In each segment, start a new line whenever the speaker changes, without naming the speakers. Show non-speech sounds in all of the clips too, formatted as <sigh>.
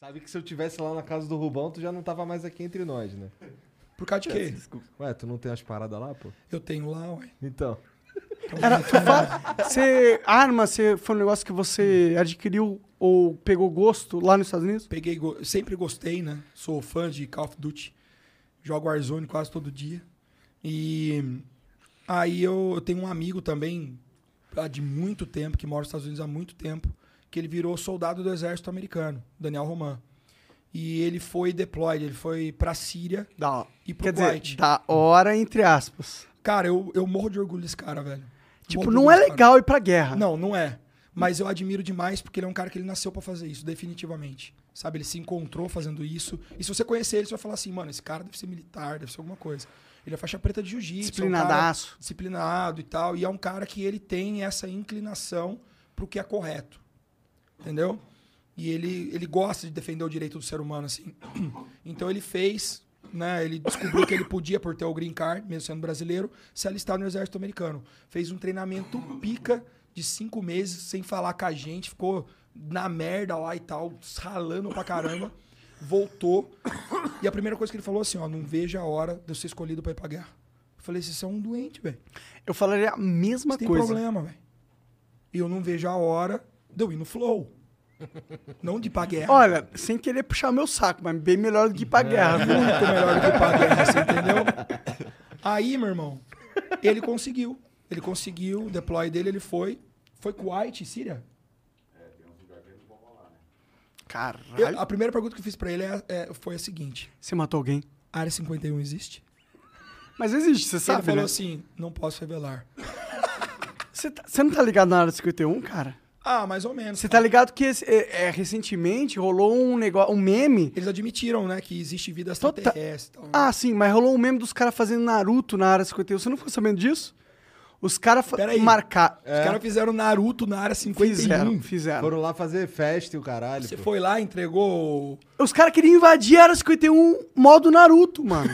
Sabe que se eu tivesse lá na casa do Rubão, tu já não tava mais aqui entre nós, né?
Por causa de quê?
Ué, tu não tem as paradas lá, pô?
Eu tenho lá, ué.
Então.
Era, tu fa- você, arma, você, foi um negócio que você adquiriu ou pegou gosto lá nos Estados Unidos?
Peguei, go- sempre gostei, né? Sou fã de Call of Duty. Jogo Warzone quase todo dia. E aí eu, eu tenho um amigo também, ah, de muito tempo, que mora nos Estados Unidos há muito tempo, que ele virou soldado do exército americano, Daniel Roman. E ele foi deployed, ele foi pra Síria
Da hora.
e pro
Quer dizer,
Kuwait.
da hora, entre aspas.
Cara, eu, eu morro de orgulho desse cara, velho.
Tipo,
Morro de
não
orgulho
é
desse cara.
legal ir pra guerra.
Não, não é. Mas eu admiro demais porque ele é um cara que ele nasceu pra fazer isso, definitivamente. Sabe, ele se encontrou fazendo isso. E se você conhecer ele, você vai falar assim, mano, esse cara deve ser militar, deve ser alguma coisa. Ele é faixa preta de jiu-jitsu. é um cara
Disciplinadaço.
disciplinado e tal. E é um cara que ele tem essa inclinação pro que é correto. Entendeu? E ele, ele gosta de defender o direito do ser humano, assim. <clears throat> Então ele fez, né? Ele descobriu que ele podia, por ter o green card, mesmo sendo brasileiro, se alistar no exército americano. Fez um treinamento pica de cinco meses, sem falar com a gente, ficou na merda lá e tal, ralando pra caramba. Voltou. E a primeira coisa que ele falou assim, ó, não vejo a hora de eu ser escolhido pra ir pra guerra. Eu falei, vocês são um doente, velho.
Eu falaria a mesma
Você tem
coisa.
problema, velho. E eu não vejo a hora de eu ir no flow. <laughs> Não de ir pra guerra.
Olha, sem querer puxar meu saco, mas bem melhor do que ir pra guerra. viu?
muito melhor do que o Pagan, você entendeu? Aí, meu irmão, ele conseguiu. Ele conseguiu, o deploy dele, ele foi. Foi Kuwait, Síria? Eu-
Caralho.
a primeira pergunta que eu fiz pra ele é- é- foi a seguinte:
Você matou alguém?
a Área 51 existe?
Mas existe, você
ele
sabe,
falou
né?
assim: não posso revelar.
Você tá- você não tá ligado na área 51, cara?
Ah, mais ou menos.
Você tá ligado que esse- é, é, recentemente rolou um negócio, um meme.
Eles admitiram, né, que existe vida
Tota-
extraterrestre. Então,
Ah, sim, mas rolou um meme dos caras fazendo Naruto na área 51. Você não ficou sabendo disso? Os caras fa-
Peraí. É,
marcar.
Os caras fizeram Naruto na Área 51.
Ah. Fizeram, fizeram.
Foram lá fazer festa e o caralho.
Você
pô.
foi lá, entregou.
Os caras queriam invadir a área 51 modo Naruto,
<laughs>
mano.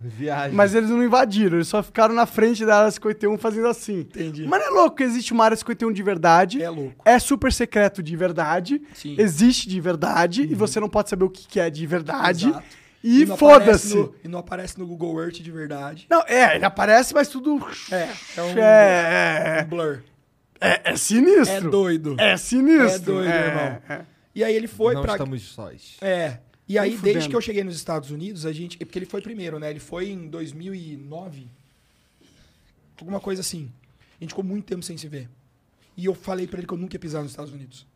Viagem.
Mas eles não invadiram, eles só ficaram na frente da área 51 fazendo assim.
Entendi.
Mas não é louco que existe uma área 51 de verdade.
É louco.
É super secreto de verdade.
Sim. Uhum.
Existe de verdade. E você não pode saber o que que é de verdade.
Exato.
E,
não
foda-se.
aparece no- E não aparece no Google Earth de verdade.
Não, é, ele aparece, mas tudo.
É, é um-
É, é,
Blur.
é, é sinistro.
É doido.
É sinistro.
É doido, irmão.
é.
E aí ele foi
não
pra.
estamos sós.
É. E aí,
Nem
desde
fudendo.
que eu cheguei nos Estados Unidos, a gente. Porque ele foi primeiro, né? Ele foi em 2009. Alguma coisa assim. A gente ficou muito tempo sem se ver. E eu falei pra ele que eu nunca ia pisar nos Estados Unidos.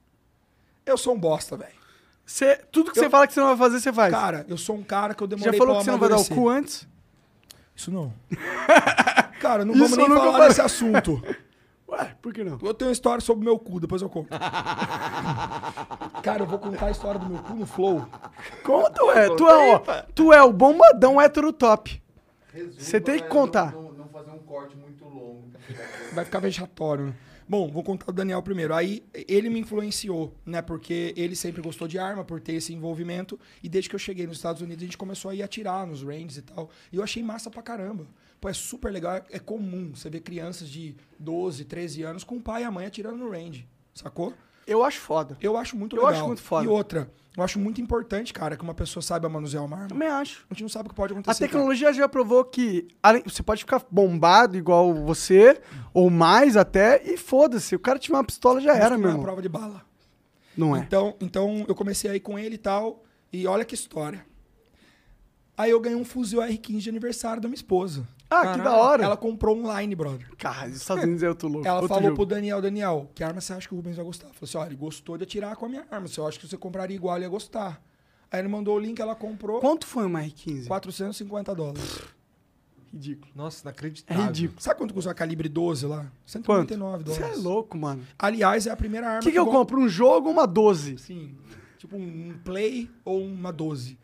Eu sou um bosta, velho.
Cê- tudo que você
Eu-
fala que você não vai fazer, você faz.
Cara, eu sou um cara que eu demorei
Já falou
pra
que você não vai dar o
amadurecer.
cu antes?
Isso
<laughs>
não. cara, não
Isso
vamos nem
eu nunca
falar
falei.
desse assunto.
Ué, por que não?
Eu tenho uma história sobre o meu cu, depois eu
<laughs>
conto. cara, eu vou contar a história do meu cu no Flow.
Conta, ué. Tu é, ó, tu é o bombadão hétero top. Você tem que contar.
é, Não, não fazer um corte muito longo.
Vai ficar vexatório, né? Bom, vou contar do Daniel primeiro. Aí ele me influenciou, né? Porque ele sempre gostou de arma, por ter esse envolvimento. E desde que eu cheguei nos Estados Unidos, a gente começou a ir atirar nos ranges e tal. E eu achei massa pra caramba. Pô, é super legal. É comum você ver crianças de 12, 13 anos com o pai e a mãe atirando no range. Sacou?
Eu acho foda.
Eu acho muito
Eu
legal.
acho muito foda.
E outra, eu acho muito importante, cara, que uma pessoa saiba manusear uma arma.
Também acho.
A gente não sabe o que pode
A
acontecer. cara.
tecnologia já provou que além- você pode ficar bombado igual você, ou mais até, e foda-se. Se O cara tiver uma pistola, já
Isso
era,
não
meu
é uma
irmão.
prova de bala.
Não é.
Então, então eu comecei aí com ele e tal, e olha que história. Aí eu ganhei um fuzil R15 de aniversário da minha esposa.
Ah, que da hora.
Ela comprou online, brother.
Cara, os Estados Unidos é outro louco.
Ela
outro
falou
jogo.
pro Daniel, Daniel, que arma você acha que o Rubens vai gostar? Falou assim, olha, ele gostou de atirar com a minha arma, se eu acho que você compraria igual, ele ia gostar. Aí ele mandou o link, ela comprou
Quanto foi uma R15?
450 dólares.
Ridículo.
Nossa,
É
inacreditável.
ridículo.
Sabe quanto custa a calibre 12 lá?
Quanto?
149
Você é
dólares.
louco, mano.
Aliás, é a primeira arma
O que, que eu
go-
compro? Um jogo ou uma 12?
Sim. Tipo um um Play ou uma 12.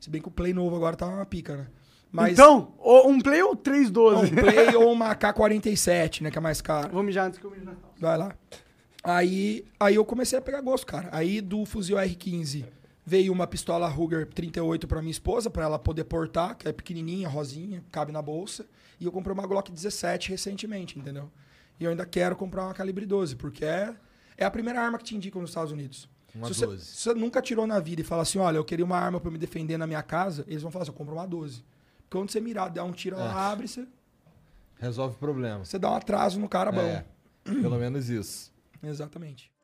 Se bem que o Play novo agora tá uma pica, né? Mas
Então, ou um Play ou três
não,
12?
um Play ou uma AK-47, né? Que é mais cara.
Vou mijar antes que eu mijar.
Vai lá. Aí, aí eu comecei a pegar gosto, cara. Aí do fuzil R15 veio uma pistola Ruger 38 pra minha esposa, pra ela poder portar, que é pequenininha, rosinha, cabe na bolsa. E eu comprei uma Glock 17 recentemente, entendeu? E eu ainda quero comprar uma calibre 12, porque é, É a primeira arma que te indicam nos Estados Unidos.
Uma
se, você,
12.
se você nunca tirou na vida e fala assim, olha, eu queria uma arma pra me defender na minha casa, eles vão falar assim, eu compro uma 12. Porque onde você mirar, dá um tiro, ela abre, você,
Resolve o problema.
Tá
você dá um atraso no cara bom.
É, pelo menos isso.
Exatamente.